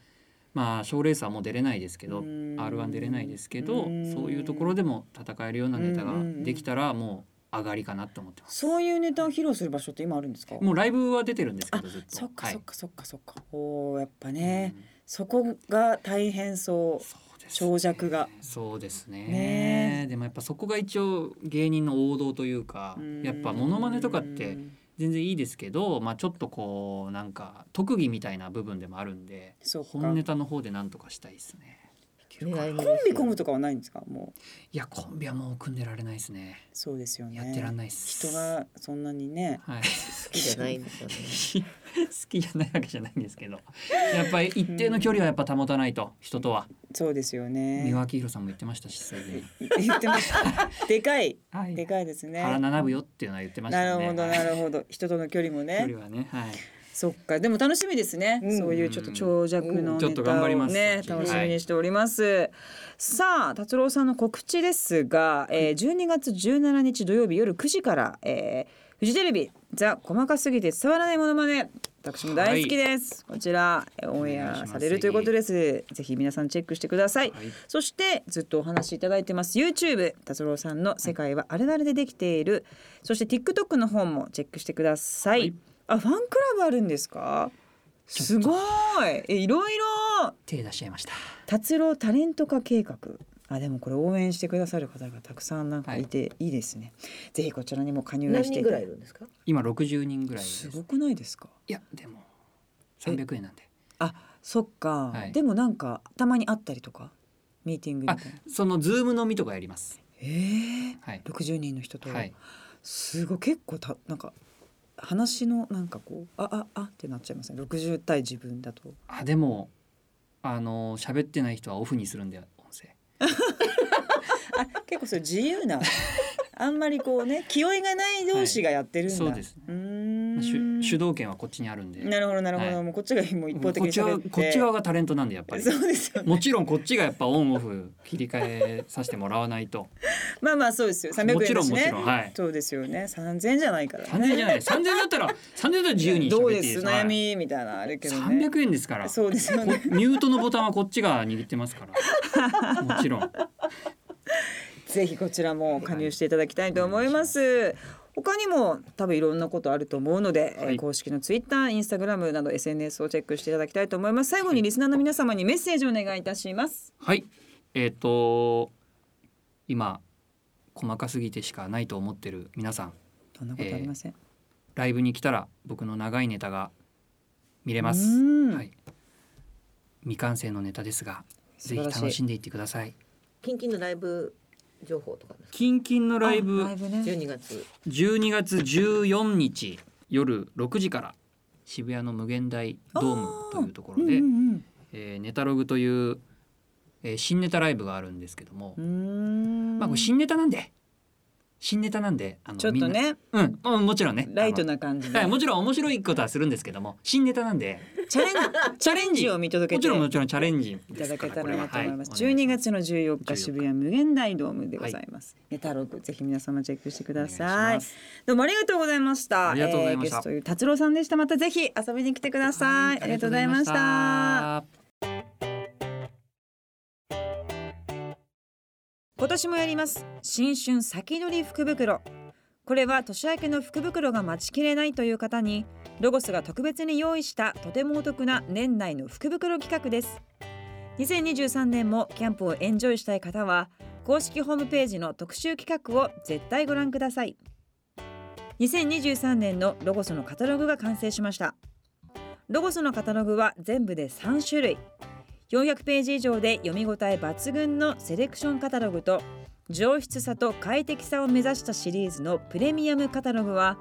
Speaker 2: まあ賞レースはもう出れないですけど
Speaker 1: うーん
Speaker 2: r 1出れないですけど
Speaker 1: うーん
Speaker 2: そういうところでも戦えるようなネタができたらもう上がりかなと思ってます
Speaker 1: そういうネタを披露する場所って今あるんですか
Speaker 2: もうライブは出てるんですけどずっと
Speaker 1: そっか
Speaker 2: はい
Speaker 1: そっかそっかそっか、おおやっぱね、
Speaker 2: うん
Speaker 1: そこが大変そう
Speaker 2: そうです
Speaker 1: 長尺が
Speaker 2: そうですね
Speaker 1: ね
Speaker 2: でもやっぱそこが一応芸人の王道というかやっぱモノマネとかって全然いいですけど、まあ、ちょっとこうなんか特技みたいな部分でもあるんで
Speaker 1: そうか
Speaker 2: 本ネタの方でなんとかしたいですね
Speaker 3: コン
Speaker 1: コンビ組むとかはないんですかもう
Speaker 2: いやコンビはもう組んでられないですね
Speaker 1: そうですよね
Speaker 2: やってらんないです
Speaker 1: 人がそんなにね
Speaker 2: はい
Speaker 3: 好きじゃないんですよね。
Speaker 2: 好きじゃないわけじゃないんですけどやっぱり一定の距離はやっぱ保たないと人とは
Speaker 1: そうですよ
Speaker 2: 三輪
Speaker 1: ね
Speaker 2: 明宏さんも言ってましたしそれで、
Speaker 1: 言ってましたでかい
Speaker 2: はい
Speaker 1: でかいですね
Speaker 2: 腹七分よっていうのは言ってましたね
Speaker 1: なるほど
Speaker 2: はい
Speaker 1: なるほど人との距離も
Speaker 2: 距
Speaker 1: ね
Speaker 2: 離はねはい
Speaker 1: そっかでも楽しみですね、
Speaker 3: うん
Speaker 1: そういうちょっと長尺の
Speaker 2: うんちょ
Speaker 1: ネ
Speaker 2: っと頑
Speaker 1: タ
Speaker 2: 張り
Speaker 1: を
Speaker 2: ます
Speaker 1: ね、
Speaker 2: はい
Speaker 1: 楽しみにしております、さあ達郎さんの告知ですが、えー、12月17日土曜日夜9時から、えー、フジテレビザ細かすぎて伝わらないものまで私も大好きです、こちらえーオンエアされるということですぜひ皆さんチェックしてください、
Speaker 2: はい
Speaker 1: そしてずっとお話しいただいてます YouTube 達郎さんの「世界はあれだれでできている」そして TikTok の方もチェックしてください。
Speaker 2: はい
Speaker 1: あファンクラブあるんですかすごいえいろい郎
Speaker 2: 手出しちゃいました。
Speaker 1: 達郎タレント化計画あでもこれ応援してくださる方がたくさんなんかいていいですね、ぜひこちらにも加入
Speaker 3: 何
Speaker 1: して
Speaker 3: 人
Speaker 1: い
Speaker 3: ぐ
Speaker 1: た
Speaker 3: ら
Speaker 1: だ
Speaker 3: いい
Speaker 1: い
Speaker 3: るんですか。
Speaker 2: 今60人ぐらいで
Speaker 1: す
Speaker 2: す
Speaker 1: ごくないですか
Speaker 2: いやでも300円なんで
Speaker 1: そっか、
Speaker 2: はい
Speaker 1: でもなんかたまに会ったりとかミーティングみたいな
Speaker 2: そのズーム飲みとかやります
Speaker 1: えー、
Speaker 2: はい
Speaker 1: 60人の人と、
Speaker 2: はい
Speaker 1: すごい結構たなんか話のなんかこうあああってなっちゃいますね60対自分だと
Speaker 2: あでもあの喋ってない人はオフにするんだよ音声
Speaker 1: あ結構それ自由 なあんまりこうね気負いがない同士がやってるんだ、
Speaker 2: はいそうですね
Speaker 1: うーん
Speaker 2: 主主導権はこっちにあるんで
Speaker 1: なるほどなるほど、
Speaker 2: はい
Speaker 1: もうこっちがもう一
Speaker 2: こ
Speaker 1: 方
Speaker 2: っ
Speaker 1: 的に
Speaker 2: ちは
Speaker 1: 喋って
Speaker 2: こっち側がタレントなんでやっぱり
Speaker 1: そうですよね
Speaker 2: もちろんこっちがやっぱオンオフ切り替えさせてもらわないと
Speaker 1: まあまあそうですよ300円
Speaker 2: も
Speaker 1: だしね
Speaker 2: ちろんもちろんはい
Speaker 1: そうですよね3000円じゃないから
Speaker 2: 3000円じゃない3000円だったら3000円だったら自由に
Speaker 1: ど
Speaker 2: 喋
Speaker 1: う
Speaker 2: っていい
Speaker 1: で
Speaker 2: ですす
Speaker 1: 悩みみたいなあるけど
Speaker 2: はい
Speaker 1: ね
Speaker 2: 300円ですから
Speaker 1: そうですよ
Speaker 2: こ
Speaker 1: ね
Speaker 2: ミュートのボタンはこっちが握ってますからもちろ ん
Speaker 1: ぜひこちらも加入していただきたいと思います。他にも多分いろんなことあると思うので、
Speaker 2: はい
Speaker 1: えー公式のツイッター、インスタグラムなど SNS をチェックしていただきたいと思います。最後にリスナーの皆様にメッセージをお願いいたします。
Speaker 2: はい。えっ、と今細かすぎてしかないと思ってる皆さん、
Speaker 1: そんなことありません。
Speaker 2: ライブに来たら僕の長いネタが見れま
Speaker 1: う
Speaker 2: す。
Speaker 1: ん
Speaker 2: はい。未完成のネタですが、
Speaker 1: 素
Speaker 2: ぜ
Speaker 1: 晴
Speaker 2: ひ
Speaker 1: らしい
Speaker 2: 楽しんでいってください。
Speaker 3: 近々のライブ情報とかですか。
Speaker 2: キンキンのライブ
Speaker 1: あライブね。
Speaker 3: 12月。
Speaker 2: 12月14日夜6時から渋谷の無限大ドームというところで、
Speaker 1: うん
Speaker 2: えーネタログという、えー新ネタライブがあるんですけども、
Speaker 1: うんうん。
Speaker 2: まあこれ新ネタなんで新ネタなんであの
Speaker 1: ちょっ
Speaker 2: みん
Speaker 1: と
Speaker 2: な
Speaker 1: ね
Speaker 2: うん、うんもちろんね。
Speaker 1: ライト
Speaker 2: な。
Speaker 1: な感じで
Speaker 2: はい、もちろん面白いことはするんですけども、新ネタなんで、
Speaker 1: チャレンジ チャレンジを見届け
Speaker 2: もち
Speaker 1: て
Speaker 2: ろんもちろんチャレンジ
Speaker 1: い
Speaker 2: で
Speaker 1: た
Speaker 2: す
Speaker 1: だ
Speaker 2: か
Speaker 1: け
Speaker 2: ら。
Speaker 1: たらなと思います。
Speaker 2: これは
Speaker 1: 12月の14
Speaker 2: 14
Speaker 1: 日渋谷無限大ドームでございます。ネタログぜひ皆様チェックしてください。。どうもありがとうございました。
Speaker 2: ありがとうございました
Speaker 1: えーゲストいう達郎さんでした。またぜひ遊びに来てください。ありがとうございました。。今年もやります新春先取り福袋これは年明けの福袋が待ちきれないという方にロゴスが特別に用意したとてもお得な年内の福袋企画です2023年もキャンプをエンジョイしたい方は公式ホームページの特集企画を絶対ご覧ください2023年のロゴスのカタログが完成しましたロゴスのカタログは全部で3種類400ページ以上で読み応え抜群のセレクションカタログと上質さと快適さを目指したシリーズのプレミアムカタログは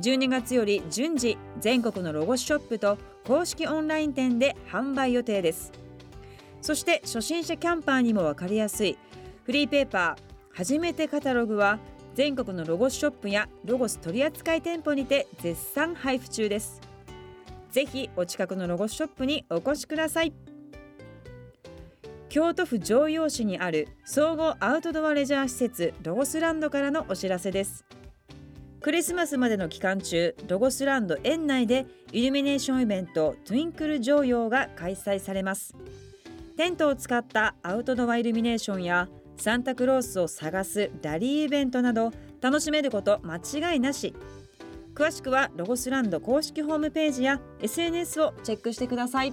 Speaker 1: 12月より順次全国のロゴスショップと公式オンライン店で販売予定ですそして初心者キャンパーにも分かりやすいフリーペーパー初めてカタログは全国のロゴスショップやロゴス取扱店舗にて絶賛配布中ですぜひお近くのロゴスショップにお越しください京都府城陽市にある総合アウトドアレジャー施設ロゴスランドからのお知らせですクリスマスまでの期間中ロゴスランド園内でイルミネーションイベントトゥインクル城陽が開催されますテントを使ったアウトドアイルミネーションやサンタクロースを探すラリーイベントなど楽しめること間違いなし詳しくはロゴスランド公式ホームページや SNS をチェックしてください